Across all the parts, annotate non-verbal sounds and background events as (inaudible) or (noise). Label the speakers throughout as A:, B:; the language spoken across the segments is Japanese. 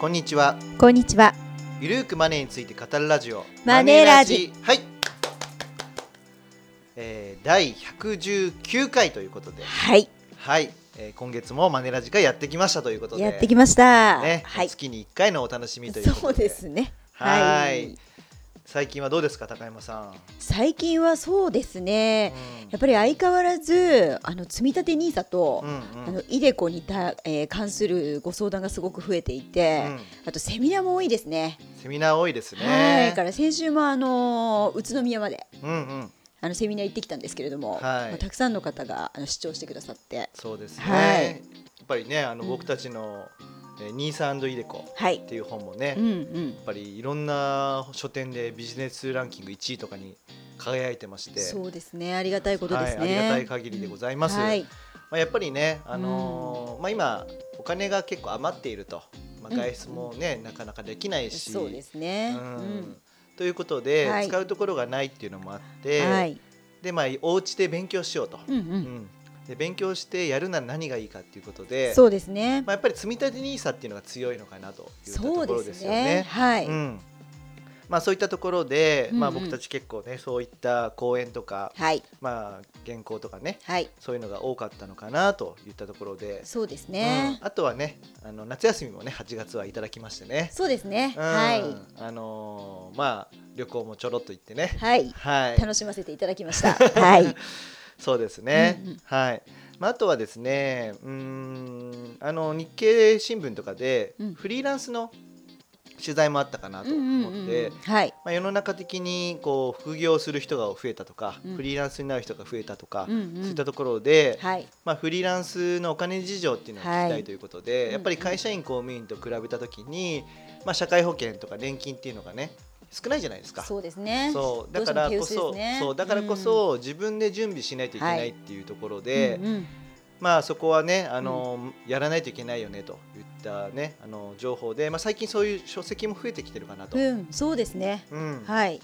A: こんにちは。
B: こんにちは。
A: ゆるーくマネーについて語るラジオ。
B: マネラジ。
A: はい。えー、第119回ということで、
B: はい、
A: はい、えー、今月もマネラジがやってきましたということで、
B: やってきました。
A: ね、
B: はい。
A: 月に1回のお楽しみというこ
B: そ
A: と
B: う
A: で、
B: ですね。
A: はい
B: はい。
A: 最近はどうですか、高山さん。
B: 最近はそうですね。
A: うん
B: やっぱり相変わらずあの積み立てニーサと、
A: うんうん
B: あのイデコにた、えー関するご相談がすごく増えていて、
A: うん
B: あとセミナーも多いですね。
A: セミナー多いですね。
B: はい。から先週もあの宇都宮まで
A: うんうん、
B: あのセミナー行ってきたんですけれども、
A: はい
B: まあたくさんの方があの視聴してくださって、
A: そうですね。
B: はい
A: やっぱりね、あの僕たちの、えー、ニーサンイデコ
B: はい
A: っ。ていう本もね、
B: うんうん
A: や。っぱりいろんな書店でビジネスランキング1位とかに輝いてまして
B: そうですね。ありがたいことですね。
A: はい、ありがたい限りでございます、
B: はい。
A: まあ、やっぱりね、あのーまあ、今お金が結構余っていると、まあ、
B: うん
A: 外出もね、なかなかできないし
B: そうですね。
A: うん
B: うん
A: ということで、
B: はい
A: 使うところがないっていうのもあって、
B: はい。
A: でまあ、お家で勉強しようと、
B: うんう。
A: うんんで勉強してやるなら何がいいかっていうことで、
B: そうですね。
A: まあ、やっぱり積み立て NISA っていうのが強いのかなといったと
B: そう
A: ころ
B: で
A: です
B: す
A: よね
B: ね。。はい。
A: うんまあ、そういったところで、まあ、
B: うんうん
A: 僕たち結構ねそういった講演とか、
B: はい。
A: まあ、原稿とかね
B: はい。
A: そういうのが多かったのかなといったところで、
B: そうですね
A: うん。あとはねあの夏休みもね8月はいただきましてね、
B: そうですね。
A: うん
B: は
A: あのーまあ、旅行もちょろっと行って
B: い。
A: ね、
B: はい。
A: はい、
B: 楽しませていただきました。はい。
A: (laughs) そうですね、
B: うんうん
A: はいまあ、あとはですねうーんあの日経新聞とかで
B: うん
A: フリーランスの取材もあったかなと思って。
B: はい。
A: まあ、世の中的にこう副業する人が増えたとか、
B: うん
A: フリーランスになる人が増えたとか、
B: うん
A: そうういっ
B: ん
A: たところで、
B: はい。
A: まあ、フリーランスのお金事情っていうのを聞きた
B: はいい
A: ということで、
B: うん
A: やっぱり会社員公務員と比べた時に、まあ、社会保険とか年金っていうのがね少ないじゃないですか。
B: そうですね。
A: そうだからこそ、そうだからこそ自分で準備しないといけないっていうところで、
B: うんうん
A: まあそこはねあの、やらないといけないよねといったねあの情報で、まあ最近そういう書籍も増えてきてるかなと、
B: うん、そうですね。
A: うん、
B: はい。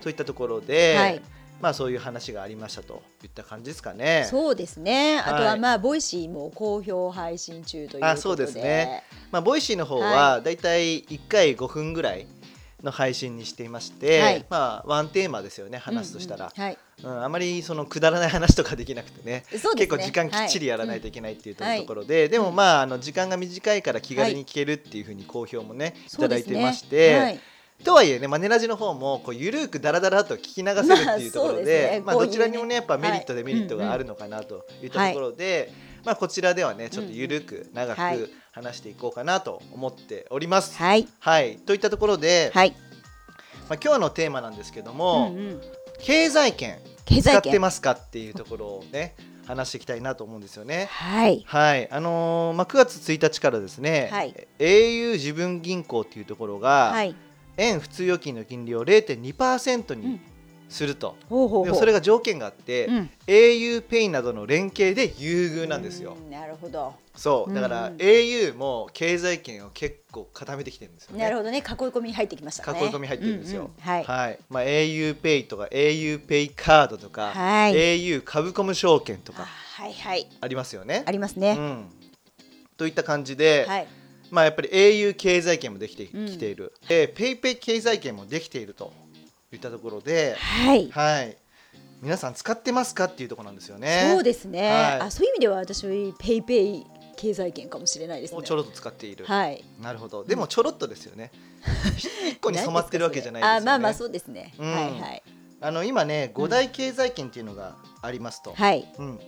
A: といったところで、
B: はい
A: まあそういう話がありましたといった感じですかね。
B: そうですね。あと
A: は
B: はいまあボイシーも好評配信中ということで。
A: あそうですね。まあボイシーの方はだいたい1回5分ぐらいの配信にしていまして、
B: はい
A: まあワンテーマですよね話すとしたら、
B: うんうんはい。
A: うんあまりそのくだらない話とかできなくてね。
B: そうです
A: 結
B: ね
A: 構時間きっちりやらないと
B: はいい
A: けないっていうと
B: はい
A: ころで、でもまああの時間が短いから気軽に聞けるっていうふうに好評もね、い、ただいてまし
B: そうです
A: て、
B: ねはい
A: とはいえねマネラジの方もこうゆるーくダラダラと聞き流せるっていうところ
B: まあそうです
A: で
B: ね
A: まあ
B: こう
A: ど
B: いうね
A: ちらにもねやっぱメリット
B: はい
A: デメリットがあるのかなといったところでまあこちらではねちょっとゆるく長
B: はい
A: く話していこうかなと思っております。
B: はい。
A: はいといったところでま
B: はい。
A: あ今日のテーマなんですけど
B: う
A: も
B: んうん
A: 経済圏
B: 経
A: 使
B: 済
A: って
B: 圏。
A: ますかっていうところをね話していきたいなと思うんですよね。
B: はい。
A: はいあのーまあ、9月1日からですね、
B: はい
A: au 自分銀行っていうところが、
B: はい。
A: 円普通預金の金利を0.2%にすると、
B: ほうほう
A: で
B: ほ
A: も
B: う。
A: それが条件があって、
B: うん
A: auPay などの連携で優遇なんですよ、
B: うーん。なるほど。
A: そううんだから、au も経済圏を結構固めてきてるんですよね
B: なるほどね。囲い込みに入ってきましたね。
A: 囲い込み入ってるんですよ、
B: ううはい。
A: まあ、auPay とか auPay カードとか、
B: はい
A: au 株コム証券と
B: あ
A: か
B: はいはい。
A: ありますよね
B: あります
A: う
B: ね。
A: ん、といった感じで、
B: はい。
A: まあ、やっぱり au 経済圏もできて
B: うん
A: きている、で PayPay 経済圏もできているといったところで、
B: はい。
A: はい、皆さん使ってますかっていうところなんですよね。
B: そうですね。
A: はい
B: あ、そういう意味では私ペイペイ経済圏かもしれないですね
A: をち。ょろっと使っている、
B: はい。
A: なるほどでもちょろっとですよね一
B: (laughs)
A: 個に染まってるわけじゃないです
B: 何
A: よね
B: かそれあ、まあまあそうですね。
A: うん
B: はいはい
A: あの今ね5大経済圏っていうのがありますと、
B: はい。
A: うん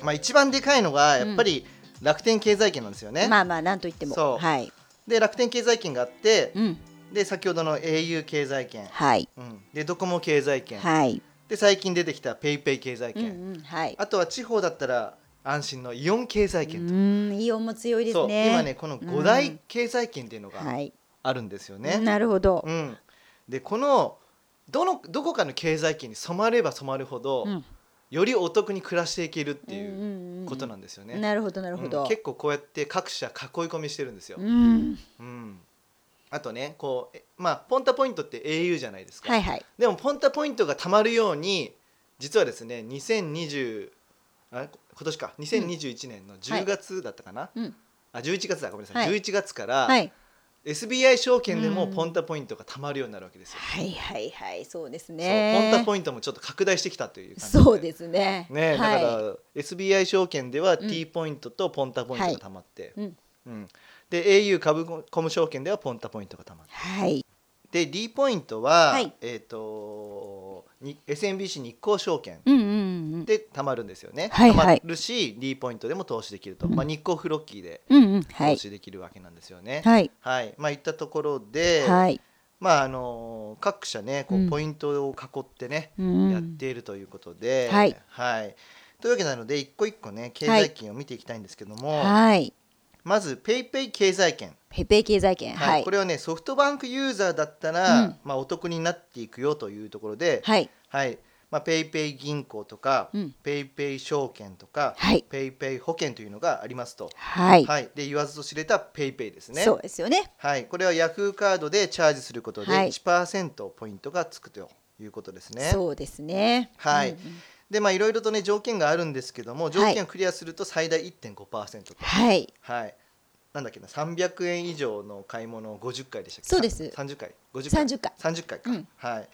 A: まあ、一番でかいのがやっぱり楽天経済圏なんですよね、
B: まあまあなんと言っても。
A: そう
B: はい。
A: で楽天経済圏があって
B: うん。
A: で先ほどの au 経済圏、
B: はい。
A: うん、でドコモ経済圏、
B: はい。
A: で最近出てきた PayPay 経済
B: うん
A: 圏、
B: うんはい。
A: あとは地方だったら安心のイオン経済
B: う
A: 圏と、
B: ーん、イオンも強いです
A: そう
B: ね。
A: 今ねこの5大経済圏っていうの
B: は
A: が
B: い。
A: あるんですよね。
B: なるほど
A: う。ん、でこのどのどこかの経済圏に染まれば染まるほど、
B: うん
A: よりお得に暮らしていけるって
B: ん
A: いうん
B: ん
A: うことなんですよね。
B: なるほどなるほど。
A: うん結構こうやって各社囲い込みしてるんですよ。
B: うん。
A: うんあとねこうえまあポンタポイントって au じゃないですか。
B: はいはい。
A: でもポンタポイントがたまるように実はですね2020あれこ今年か2021年の10月だったかな、
B: うん。
A: あ11月だごめんなさい、
B: はい
A: 11月から、
B: はい。
A: SBI 証券でも
B: うん
A: ポンタポイントが貯まるようになるわけですよ、
B: はいはいはいそうです
A: そうポンタ
B: ね。
A: ポイントもちょっと拡大してきたという感じ
B: そうですね。
A: ね、
B: は
A: だ
B: い、
A: から SBI 証券では
B: ん
A: T ポイントとポンタポイントがたまって、
B: うん
A: うんで au 株コム証券ではポンタポイントがたまって
B: はい
A: で D ポイントは、
B: はい
A: えっ、とに SMBC 日興証券
B: うんうんうん
A: でたまるんですよね、
B: はいはい
A: たまるし D ポイントでも投資できると、まあ、日興フロッキーで
B: うんうんは
A: 投
B: い
A: 資できるわけなんですよね。
B: はい
A: はいまあ、いったところで、
B: はい。
A: まああの各社ねこ
B: う
A: うんポイントを囲ってね、
B: うん
A: やっているということで、
B: はい
A: というわけなので一個一個ね経済圏を見ていきたいんですけども、
B: はい。
A: まずペイペイ経済圏、
B: ペイペイ経済圏
A: はい
B: はい
A: これはねソフトバンクユーザーだったら、
B: うん
A: まあ、お得になっていくよというところで、
B: はい
A: はいまあ、ペイペイ銀行とか、
B: うん
A: ペイペイ証券とか、
B: はい
A: ペイペイ保険というのがありますと、
B: はい
A: で言わずと知れたペイペイですね
B: そうですよね。
A: はい、これはヤフーカードでチャージすることで
B: はい
A: 1%ポイントがつくということですね。
B: そうですね。
A: はい
B: うんうん
A: でまあいろいろとね条件があるんですけども条件をクリアすると最大1.5%と、
B: はい
A: はい、なんだっけな300円以上の買い物を50回でしたっけ
B: そうです
A: さ30回50回
B: 三十回
A: 30回か、
B: うん
A: はい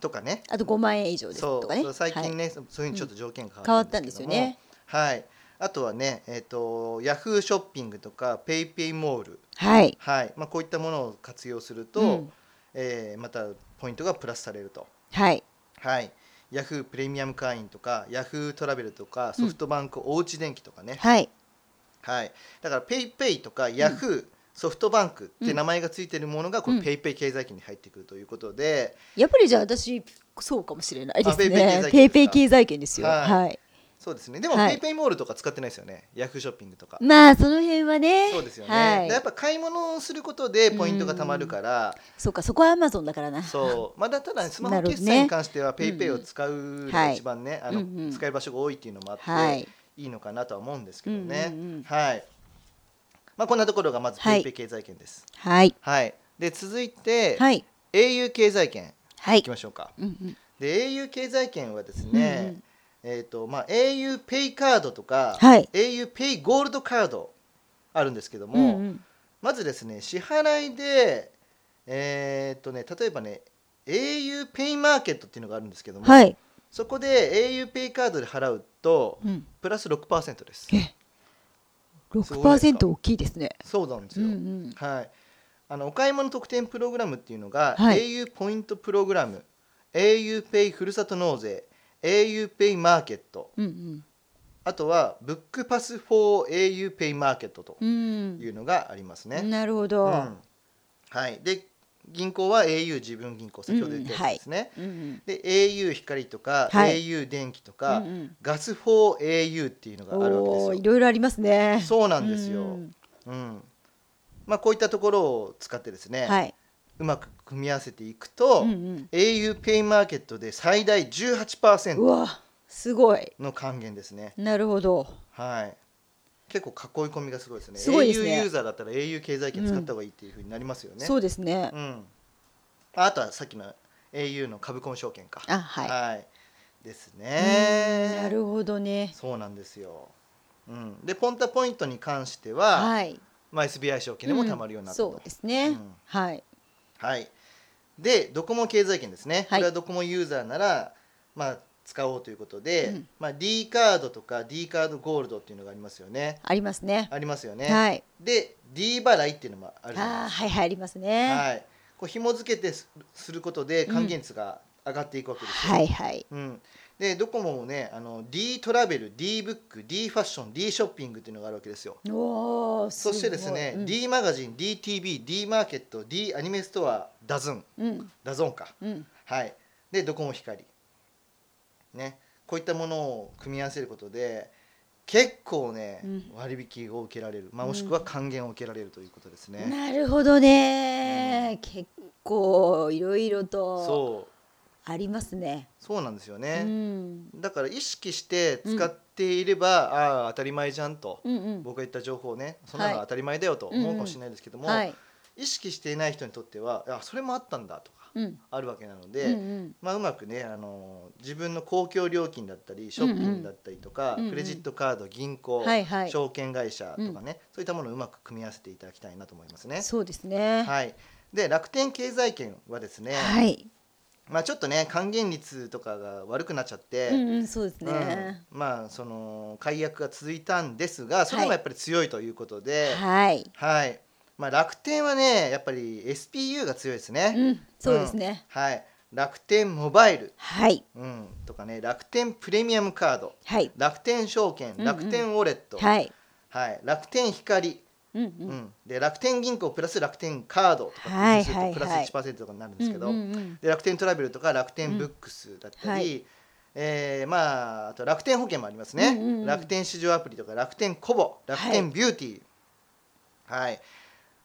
A: とかね
B: あと五万円以上です
A: そ
B: と
A: う
B: かね。
A: そう最近
B: はい
A: ね、そそういうふうにちょっと条件が
B: 変
A: 変
B: わ
A: わ
B: っ
A: ったた
B: ん
A: ん
B: で
A: ですす
B: よ
A: よ
B: ね
A: ね。はいあとはねえっ、とヤフーショッピングとかペイペイモール
B: はい
A: はいまあこういったものを活用すると、
B: うん
A: えーまたポイントがプラスされると
B: はい
A: はい、ヤフープレミアム会員とかヤフートラベルとかソフトバンクおうち電気とかね、
B: はい
A: はい、だからペイペイとかヤフー、ソフトバンクって名前がついてるものがこ
B: う
A: の
B: ん
A: ペイペイ経済圏に入ってくるということで、
B: やっぱりじゃあ私そうかもしれないです
A: あ
B: ね。ペ
A: ペ
B: イ
A: イ
B: ペ
A: ペ
B: イ
A: イ
B: 経
A: 経
B: 済圏ですよ。
A: はい
B: はい。
A: そうですねでも
B: はい
A: ペイペイモールとか使ってないですよねヤフーショッピングとか、
B: まあその辺はね。
A: そうですよね、
B: は
A: でやっ
B: い。
A: ぱ買い物をすることでポイントがたまるから、
B: そうかそこはアマゾンだからな。
A: そうまあだただねスマホ
B: なるほどね
A: 決済に関してはペイ
B: ん
A: ペイを使うの
B: は
A: が
B: い
A: 一番ね、あの
B: うんうん
A: 使い場所が多いっていうのもあって、
B: はい
A: いいのかなとは思うんですけどね。
B: うんうんうん
A: はい。まあこんなところがまず
B: は
A: ペ
B: い
A: イペイ経済圏です。
B: はい
A: はい。で続いて、
B: はい。
A: au 経済圏
B: はい
A: いきましょうか。
B: うんうん
A: で au 経済圏はですね、
B: うん
A: えっ、とまあ au ペイカードとか、
B: はい
A: au ペイゴールドカードあるんですけども、
B: うんうん
A: まずですね支払いでえっ、とね例えばね au ペイマーケットっていうのがあるんですけども、
B: はい。
A: そこで au ペイカードで払うと、
B: うん
A: プラス6%です。
B: え
A: すごいです
B: 6%
A: か
B: 大きいですね。
A: そうなんです
B: う
A: よ。
B: んうん
A: はい。あのお買い物特典プログラムっていうのが、
B: はい
A: au ポイントプログラム、au ペイふるさと納税、au ペイマーケット、
B: うん
A: あとはブックパス for au ペイマーケットと
B: うんうん
A: いうのがありますね。
B: なるほ
A: う
B: ど。
A: んはい。で銀行は au 自分銀行先ほど言ったやつですね。
B: うんうん
A: で au 光とか、
B: はい
A: au 電気とか、
B: うんうん
A: ガス for au っていうのがあるわけです
B: お
A: よ
B: ー。いろいろありますね。
A: そうなんですよ。
B: う
A: うんん、まあこういったところを使ってですね、
B: はいう
A: まく組み合わせていくと、
B: うんうん
A: au ペイマーケットで最大18%
B: うわすごい
A: の還元ですね。
B: なるほど
A: はい。結構囲い込みがすごいですね。
B: すごいですね
A: au ユーザーだったら au 経済圏使った方がいいっていうふうになりますよね。
B: そうですね
A: うん。ああとはさっきの au の株コム証券か。
B: あはい
A: です
B: う
A: ね
B: ん。なるほどね
A: そうなんですよ。うん。でポンタポイントに関しては。
B: はい
A: まあ、SBI 証券でもたまるようになったと、
B: そうですね、
A: うん
B: はい
A: はい、でドコモ経済圏ですね、こ
B: はい
A: れはドコモユーザーなら、まあ、使おうということで、
B: うん
A: まあ、D カードとか D カードゴールドっていうのがありますよね
B: ありますね
A: ありますよね、
B: はい
A: で D 払いっていうのもあるじゃない
B: あー
A: です
B: はいはいありますね
A: か、
B: は
A: はい、こう紐付けてすすることで還元率が上がっていくわけですよ、
B: いはい
A: うん、でドコモもねあの D トラベル D ブック D ファッション D ショッピングっていうのがあるわけですよ
B: おーす
A: そ
B: ごい
A: してですね、
B: うん
A: D マガジン DTV、D マーケット、D アニメストア、ダズン、
B: うん
A: ダゾンか、
B: うん
A: はい、でドコモ光、ね、こういったものを組み合わせることで結構ね、
B: うん
A: 割引を受けられる、まあ、もしくは還元を受けられるということですね。
B: なるほどね、結構いろいろと
A: そう、
B: ありますね
A: そうなんですよ
B: う
A: ね。
B: ん
A: だから意識して使っていれば、ああ当たり前じゃんと。
B: うんうん
A: 僕が言った情報をねそんなの当たり前だよと思うかもしれないですけども、
B: はい
A: 意識していない人にとってはあそれもあったんだとか
B: うん
A: あるわけなの
B: う
A: で、
B: んうん
A: まあ、うまくねあの自分の公共料金だったりショッピングだったりとか、
B: うんうん
A: クレジットカード銀行、
B: はいはい
A: 証券会社とかね、そういったものをうまく組み合わせていただきたいなと思いますね。
B: そうですね。
A: はい、で楽天経済圏はですね、
B: はい。
A: まあ、ちょっとね還元率とかが悪くなっちゃって、
B: うんうんそうですね。
A: うんまあその解約が続いたんですがそれでもやっぱり強いということで、
B: はい。
A: はいまあ、楽天はねやっぱり SPU が強いですね。
B: うんそうですね。
A: うんはい、楽天モバイル、
B: はい
A: うん、とかね楽天プレミアムカード
B: はい
A: 楽天証券
B: んうん
A: 楽天ウォレット、はい
B: はい。
A: 楽天光、
B: うんう
A: うん
B: ん。
A: で楽天銀行プラス楽天カードとか
B: は
A: っ
B: い
A: て
B: はいはい
A: プラス1%とかになるんですけど、
B: うんうんうん
A: で楽天トラベルとか楽天ブックスだったり、
B: うんは
A: えーまあ、あと楽天保険もありますね、
B: うんうんうん
A: 楽天市場アプリとか楽天コボ楽天ビューティー、はい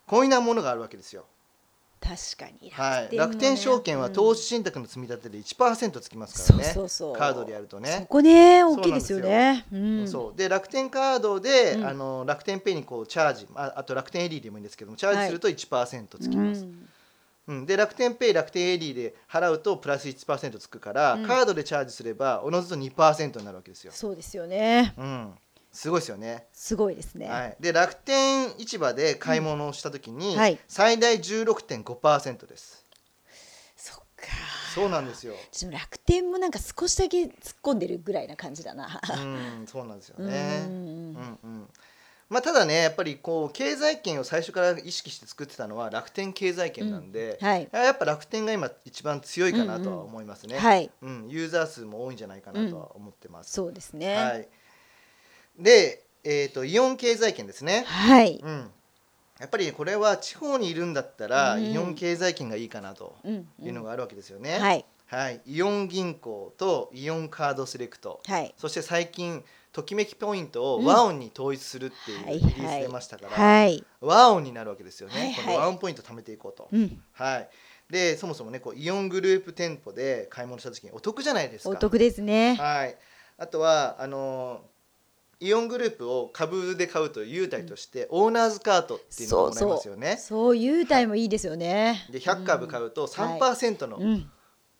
A: こういうなものがあるわけですよ、
B: 確かに
A: はい、
B: のね
A: 楽天証券は投資信託の積み立てで1%つきますからね、
B: そうそうそう
A: カードでやると
B: そ
A: ね。
B: こね
A: そう
B: 大きいですよね。うん。
A: そうで楽天カードで、
B: うん
A: あの楽天ペイにこうチャージああと楽天エリーでもいいんですけどもチャージすると1%つき
B: う
A: ます、
B: ん
A: うん、で楽天ペイ楽天エリーで払うとプラス1%つくから、
B: うん
A: カードでチャージすればおのずと2%になるわけですよ、
B: そうですよね。
A: うん、すごいですよね、
B: すごいですね。
A: はい、で楽天市場で買い物をした時に、
B: うんはい
A: 最大16.5%です
B: そっか。
A: そうなん
B: (laughs)
A: ですよ、
B: ちょっと楽天もなんか少しだけ突っ込んでるぐらいな感じだ
A: (laughs)
B: な。
A: うん、そうなんですよ
B: う
A: ね
B: ん
A: う
B: うんん
A: うんまあ、ただねやっぱりこう経済圏を最初から意識して作ってたのは楽天経済圏なんで、
B: はい
A: やっぱ楽天が今一番強いかなとは思いますね、
B: はい。
A: うん、ユーザー数も多いんじゃないかなとは思ってます。
B: そうですね。
A: はい、で、えー、とイオン経済圏ですね、
B: はい。
A: うん、やっぱりこれは地方にいるんだったら、
B: うん
A: イオン経済圏がいいかなと
B: うんうん
A: いうのがあるわけですよね。
B: はい
A: はいイオン銀行とイオンカードセレクト、
B: はい
A: そして最近ときめきポイント
B: う
A: を
B: ん
A: 和音に統一するって
B: はいいう
A: リリース出ましたから、
B: はい。
A: 和音になるわけですよね、
B: はいはい
A: この和音ポイント貯めていこうと。
B: うん。
A: はい、でそもそもねこうイオングループ店舗で買い物した時にお得じゃないですか。
B: お得ですね。
A: はい、あとはあのイオングループを株で買うと優待として、オーナーズカートっていうのがもらえますよね。
B: そう優待もいいですよね。
A: で100株買
B: う
A: うと
B: はい
A: 3%の、
B: ん。うん。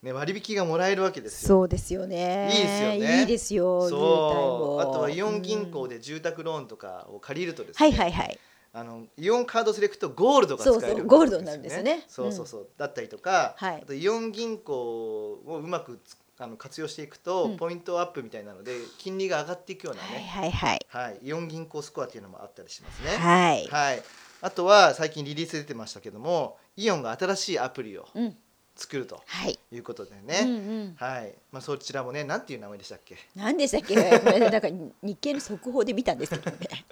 A: ね、割引がもらえるわけですよ。
B: そうですよね。
A: いいですよね
B: いいですよ。優待
A: そ
B: も
A: うあとはイオン銀行
B: で。
A: で住宅ローンとかを借りるとです
B: は
A: ね、
B: いはいはい。
A: あのイオンカードセレクトゴールドが使える
B: そうそう
A: わけ
B: ゴールドになるんですよね
A: そうそうそう、だったりとか、
B: はい
A: あとイオン銀行をうまくつあの活用していくと、
B: うん
A: ポイントアップみたいなので金利が上がっていくようなね、
B: はいはいはい。
A: はい、イオン銀行スコアっていうのもあったりしますね。
B: はい。
A: はいあとは最近リリース出てましたけどもイオンが新しいアプリを
B: うん。
A: 作ると
B: はい。
A: いうことで
B: うんう
A: ね、
B: ん。
A: はいまあ、そちらもねなんていう名前でしたっけ (laughs)
B: 何でしたっけ。これなんか日経の速報で見たんですけどね。
A: (laughs)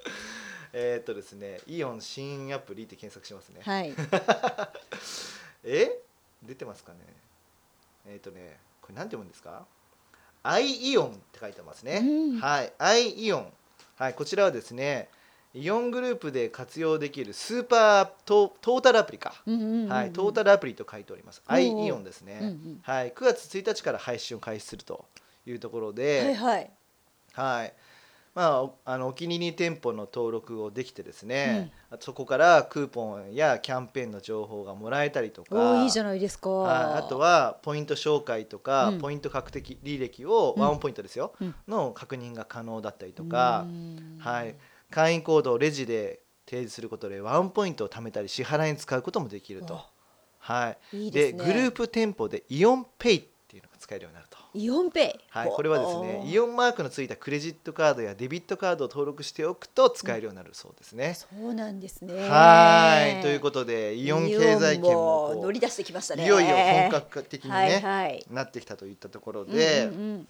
A: えー、っとですねイオン新アプリって検索しますね、
B: はい。
A: え出てますかねえー、っとねこれなんて読むんですかアイイオンって書いてますね、
B: うん
A: はいアイイオンはいこちらはですねイオングループで活用できるスーパートトータルアプリか、
B: うんうんうん。
A: はい、トータルアプリと書いております。
B: おう
A: i イオンですね、
B: うんうん
A: はい、9月1日から配信を開始するというところ
B: はい
A: で、
B: はい。
A: はい、まあおあのお気に入り店舗の登録をできてですね、あとそこからクーポンやキャンペーンの情報がもらえたりと
B: お
A: か、
B: ーいいじゃないですか。
A: はい、あとはポイント紹介とか、
B: うん
A: ポイント確定履歴をワンオンポイントですよ、
B: うん
A: の確認が可能だったりとか
B: う、ん
A: はい、会員コードをレジで提示することでワンポイントを貯めたり支払いに使うこともできると
B: わ。
A: はい
B: いい
A: で
B: ですね。
A: グループ店舗でイオンペイっていうのが使えるようになると。
B: イオンペイ。
A: はい、これはですねイ
B: オン。
A: オンマークのついたクレジットカードやデビットカードを登録しておくと使えるようになるそうですね。
B: そうなんですね。
A: はいということでイオン経済圏も
B: イオン
A: こう
B: 乗り出してきましたね。
A: いよいよ本格的にね、
B: はいはい。
A: なってきたといったところで、
B: うんうんうん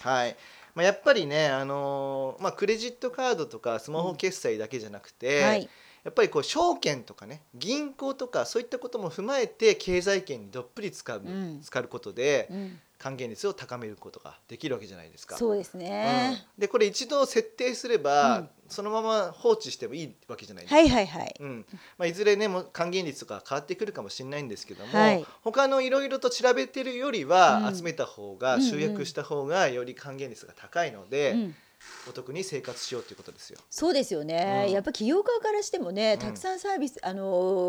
A: はいまあ、やっぱりね、あのーまあ、クレジットカードとかスマホ決済だけじゃなくて、
B: はい、
A: やっぱりこう証券とかね銀行とかそういったことも踏まえて経済圏にどっぷり使う、
B: うん
A: 使うことで、
B: うん、
A: 還元率を高めることができるわけじゃないですか。
B: そうですね。
A: うんでこれ一度設定すれば、
B: うん
A: そのまま放置してもいいわけじゃないですか。
B: はいはいはい。
A: うんまあ、いずれねもう還元率とか変わってくるかもしれないんですけども、
B: はい
A: 他のいろいろと調べてるより
B: う
A: は
B: ん
A: 集めた方が、
B: うんうん
A: 集約した方がより還元率が高いので、
B: うん
A: お得に生活しようということですよ。
B: そうですよね、
A: うん
B: やっぱ企業側からしてもね、
A: ん
B: たくさんサービス、あの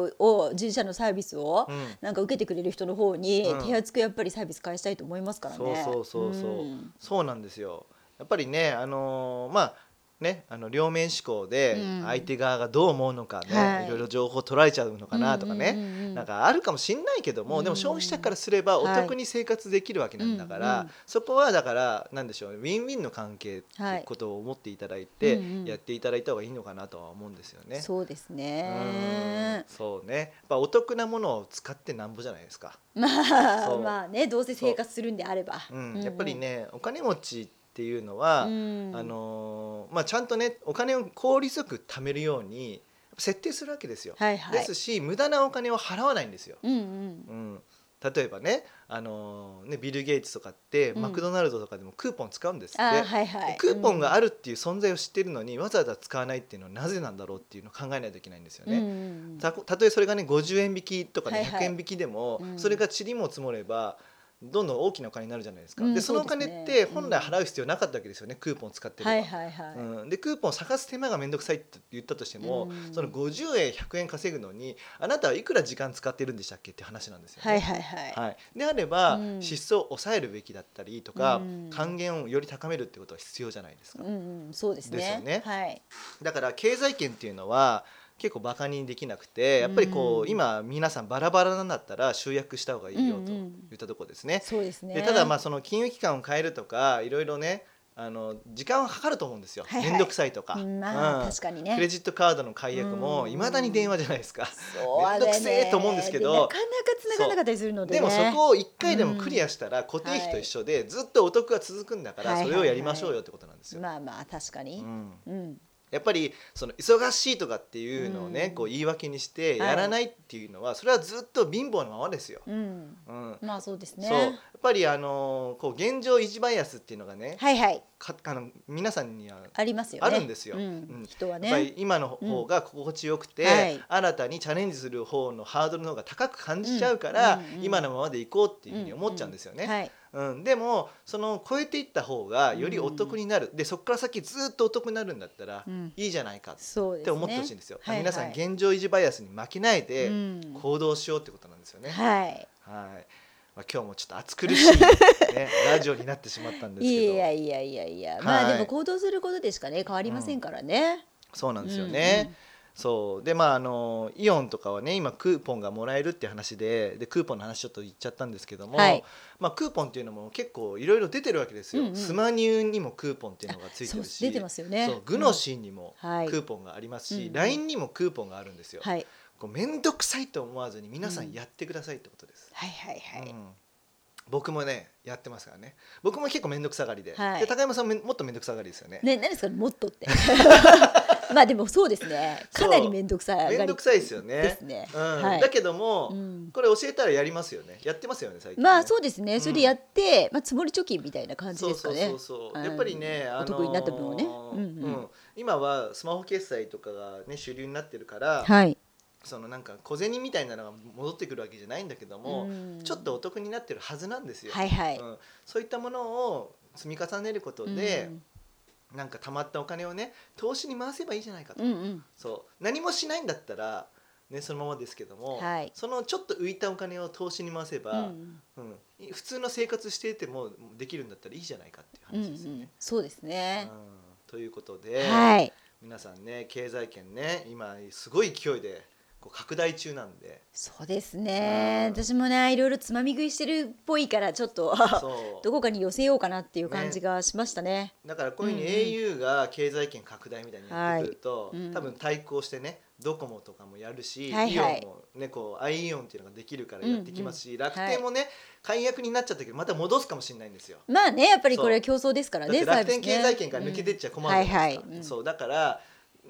B: ーを自社のサービスを、
A: うん
B: なんか受けてくれる人の方に、
A: うん
B: 手厚くやっぱりサービス返したいと思いますから
A: そう
B: ね。
A: そうそうそう、
B: ん
A: そうなんですよやっぱりねあのーまあねあの両面思考で
B: うん
A: 相手側がどう思うのかね、
B: はい
A: い、ろいろ情報取られちゃうのかなとかね、
B: うんうんうんうん
A: なんかあるかもしんないけども、でも消費者からすればお
B: はい
A: 得に生活できるわけなんだから、
B: うんうん
A: そこはだからなんでしょうねウィンウィンの関係って
B: はいいう
A: ことを思っていただいて、
B: うんうん
A: やっていただいた方がいいのかなとは思うんですよね。
B: そうです
A: うん
B: ね。
A: そうねやっぱお得なものを使ってなんぼじゃないですか。
B: (laughs) まあ
A: そう
B: まあねどうせ生活するんであれば。
A: うん、やっぱりねお金持ちっていうのは、
B: うん
A: あのーまあ、ちゃんとねお金を効率よく貯めるように設定するわけですよ。
B: はいはい。
A: ですし無駄なお金を払わないんですよ。
B: うんうん。
A: うん、例えばね,、あのーねビル・ゲイツとかって、
B: うん
A: マクドナルドとかでもクーポン使うんですって、
B: あーはいはい。
A: クーポンが
B: あ
A: あるっていう存在を知ってるのにわざわざ使わないっていうのはなぜなんだろうっていうのを考えないといけないんですよね。たこたとえそれがね50円引きとかね、
B: はいはい
A: 100円引きでも、
B: うん
A: それがちりも積もればどんどん大きなお金になるじゃないですか、
B: うん
A: でそのお金
B: そう
A: っ
B: ですね
A: て本来払う必要なかったわけですよね、クーポン使ってれば、
B: はいはいはい。
A: うん、でクーポン探す手間が面倒くさいって言ったとしても、
B: うん
A: その50円100円稼ぐのにあなたはいくら時間使ってるんでしたっけって話なんですよね。
B: はいはいはい。
A: はい、であれば、
B: うん
A: 支出を抑えるべきだったりとか、
B: うん
A: 還元をより高めるってことは必要じゃないですか、
B: うんうんそうですね。
A: ですよね
B: はい。
A: だから経済圏っていうのは結構バカにできなくてやっぱりこう、
B: うん
A: 今皆さんバラバラなんだったら集約した方がいいよ
B: うん
A: と
B: う
A: 言
B: ん
A: ったところですね。
B: そうですね。
A: でただまあその金融機関を変えるとかいろいろねあの時間はかかると思うんですよ
B: はい
A: 面
B: はい
A: 倒、くさいとか、
B: うんまあ、
A: うん
B: 確かに
A: クレ
B: ね。
A: ジットカードの解約も
B: うん
A: いまだに電話じゃないですか。
B: そうあれ
A: めんどくせえと思うんですけど
B: ねなかなか繋がらなかったりするので、ね。
A: でもそこを1回でもクリアしたら固定費と一緒でずっとお得が続くんだから
B: はい
A: それをやりましょうよってことなんですよ。
B: まあまあ確かに
A: う。ん
B: うん。
A: やっぱりその忙しいとかっていうのをね、
B: うん
A: こう言い訳にしてやらないっていうのは、それはずっと貧乏のままですよ。
B: うん。
A: うん
B: まあそうですね。
A: そうやっぱりあのーこう現状維持バイアスっていうのがね、
B: はいはい。
A: かあの皆さんには
B: ありますよね。
A: あるんですよ
B: う
A: うんん
B: 人
A: や
B: は
A: っぱり
B: ね。
A: 今の方が心地よくて、
B: うんはい
A: 新たにチャレンジする方のハードルの方が高く感じちゃうから、
B: うんうんうん
A: 今のままでいこうっていうふうに思っちゃうんですよね。
B: はい。
A: うん、でもその超えていった方がよりお得になる、でそこから先ずっとお得になるんだったら
B: うん
A: いいじゃないかって
B: そうです
A: っ
B: ね。
A: て思ってほしいんですよ、
B: はいはい
A: 皆さん現状維持バイアスに負けないで
B: うん
A: 行動しようってことなんですよね、はい
B: はい。
A: まあ、今日もちょっと暑苦しい、ね、ラジオになってしまったんですけど
B: (laughs) いやいやいやいや、まあ
A: はい
B: でも行動することでしかね変わりませんからね。
A: そうなんですよね、
B: うんうん
A: そうでまああのイオンとかはね今クーポンがもらえるって話ででクーポンの話ちょっと言っちゃったんですけども、
B: はい
A: まあ、クーポンっていうのも結構いろいろ出てるわけですよ、
B: うんうん
A: スマニューにもクーポンっていうのがついて
B: そう
A: るし
B: 出てますよね。
A: そうグノシーにも
B: う
A: ク
B: んはい
A: ーポンがあります
B: うん
A: し、
B: うん
A: LINE にもクーポンがあるんですよ、
B: はい
A: こう面倒くさいと思わずに皆さんやってくださいってことです、
B: はいはいは
A: う
B: い。
A: ん僕もねやってますからね僕も結構面倒くさがりで,、
B: はい
A: で高山さんももっと面倒くさがりですよね
B: ね何ですかもっ
A: (laughs)
B: とって。まあでもそうですね。かなり面倒くさい。
A: 面倒くさいですよね
B: ですね
A: うん
B: はい
A: だけども、
B: うん
A: これ教えたらやりますよねやってますよね最近ね
B: まあそうですね。それでやって、まあ積もり貯金みたいな感じ
A: そう
B: です
A: そ
B: か
A: う
B: ね。
A: そうそう、
B: はい
A: やっぱりね、あのー
B: お得になった分をね。うんうん。
A: うん今はスマホ決済とかがね主流になってるから、
B: はい。
A: そのなんか小銭みたいなのが戻ってくるわけじゃないんだけども、
B: うん
A: ちょっとお得になってるはずなんですよ、
B: はいはい。
A: うん、そういったものを積み重ねることで、なんか貯まったお金をね投資に回せばいいじゃないかと、
B: うん、うんうん。
A: そう何もしないんだったら、ね、そのままですけども、
B: はい
A: そのちょっと浮いたお金を投資に回せば、
B: うんうん
A: うん普通の生活していてもできるんだったらいいじゃないかっていう
B: うんう
A: 話ですよね。
B: ん、そうです
A: うん
B: ね。
A: ということで、
B: はい。
A: 皆さんね経済圏ね今すごい勢いでこう拡大中なんで
B: そうですね。
A: うん
B: 私もね、いろいろつまみ食いしてるっぽいから、ちょっと
A: そう
B: どこかに寄せようかなっていう感じがしましたね。
A: だからこういうふうに
B: う
A: au
B: ん
A: が経済圏拡大みたいにやってくると、
B: はいうん
A: 多分対抗してねドコモとかもやるし、
B: はいはい
A: イオンもねこうアイイオンっていうのができるからやってきますし、楽
B: はい
A: 天もね、解約になっちゃったけどまた戻すかもしれないんですよ。
B: まあね、やっぱりこれは競争ですから
A: だっ
B: ね。
A: て楽天
B: サービスね
A: 経済圏から抜けてっちゃ困るじゃないですか、
B: うんはいはいうん
A: そうだから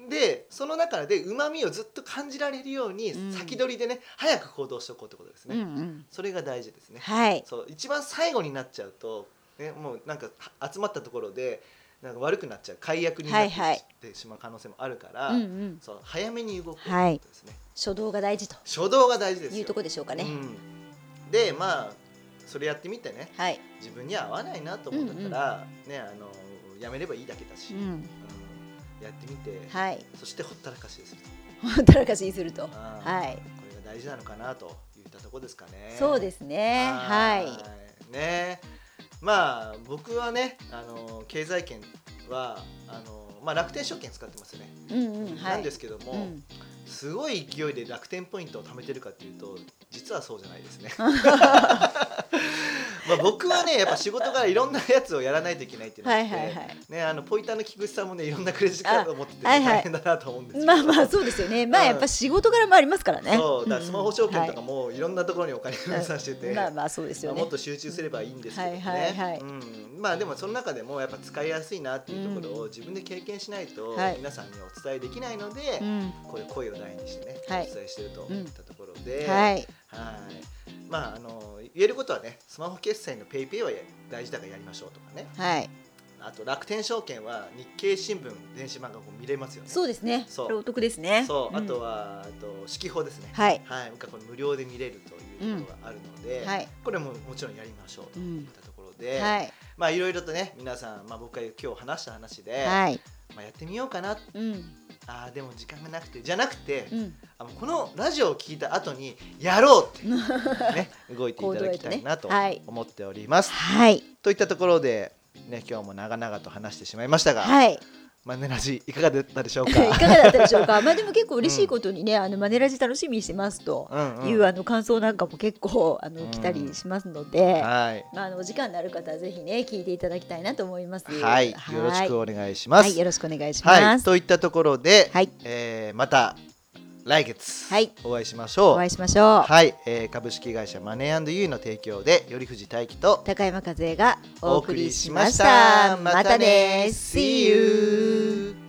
A: でその中でうまみをずっと感じられるように
B: うん
A: 先取りでね、早く行動しておこうってことです
B: う
A: ね、
B: んうん。
A: それが大事ですね、
B: はい。
A: そう一番最後になっちゃうと、ね、もうなんかは集まったところでなんか悪くなっちゃう解約になってし,、
B: はいはい
A: まう可能性もあるから、
B: うんうん。
A: そう早めに動くって
B: はい
A: ことですね、
B: 初動が大事と
A: 初動が大事ですよ
B: いうとこでしょうかね。
A: うんでまあそれやってみてね
B: はい。
A: 自分には合わないなと思うんだったら、ねあのやめればいいだけだし、
B: う
A: うん
B: ん、
A: やってみて、
B: はい
A: そしてほったらかしですると、
B: ほったらかしにすると
A: うん
B: はい
A: これが大事なのかなといったとこですかね。
B: そうですすねはい
A: いねまあ僕はねあの経済圏はあの、まあ、楽天証券使ってますね、
B: うんうんは
A: なん
B: い
A: ですけども、
B: うん
A: すごい勢いで楽天ポイントを貯めてるかっていうと実はそうじゃないです
B: (laughs)
A: ね。 (laughs) まあ僕はねやっぱ仕事からいろんなやつをやらないといけないっていうのが
B: は
A: あ
B: い
A: って、
B: はいは
A: ね、あのポイターの菊池さんもねいろんなクレジットカードを持ってて
B: あはいはい
A: 大変だなと思うんですけ
B: い
A: ど、
B: まあまあそうですよねまあやっぱ仕事柄もありますからね
A: そうだからスマホ証券とか
B: も
A: もいろんなところにお金分散してて、
B: まあまあそうですよ
A: まあ
B: ね
A: もっと集中すればいいんですけどね、
B: はいはいはい
A: うん、まあでもその中でもやっぱ使いやすいなっていうところを自分で経験しないと
B: はい
A: 皆さんにお伝えできないので、
B: うん
A: こういう声を大にしてね、
B: はい
A: お伝えしてるといったところで、
B: はい
A: はいまああの言えることはねスマホ決済の PayPay はや大事だからやりましょうとかね
B: はい
A: あと楽天証券は日経新聞電子漫画も見れますよね
B: そうですね
A: そう
B: これお得ですね
A: そうあと
B: は
A: は、あと四季報ですね
B: はい
A: はい、これ無料で見れるということがあるので、
B: はい
A: これももちろんやりましょうと
B: う
A: いっ
B: ん
A: たところで、
B: はい
A: まあいろいろとね皆さん、まあ、僕が今日話した話で、
B: はい
A: まあ、やってみようかな
B: うん
A: あーでも時間がなくてじゃなくて、
B: うん
A: あのこのラジオを聞いた後にやろう
B: (laughs)
A: って、ね、動いていただきたいなと
B: 行動へとねはい
A: 思っております。
B: はい
A: といったところで、ね、今日も長々と話してしまいましたが、
B: はい
A: マネラジいかがだったでしょう
B: い
A: か。
B: (laughs) かがだったでしょう
A: (laughs)
B: か。まあでも結構嬉しいことにね、あのマネラジ楽しみにしてますと
A: うんうん
B: いう、あの感想なんかも結構あの
A: うん
B: 来たりしますので、
A: はい
B: まああのお時間のある方はぜひね聞いていただきたいなと思います。
A: はい、よろしくお願いしま
B: は
A: す。
B: い、よろしくお願いし
A: は
B: ま
A: い、
B: す。
A: といったところで、
B: はい
A: えーまた来月、
B: はい
A: お会いしましょう。
B: お会いしましょう。
A: はい、えー株式会社マネーユーの提供で、頼藤大樹と
B: 高山和恵がお送りしまし
A: お
B: た。
A: 送りし
B: またね。
A: See you。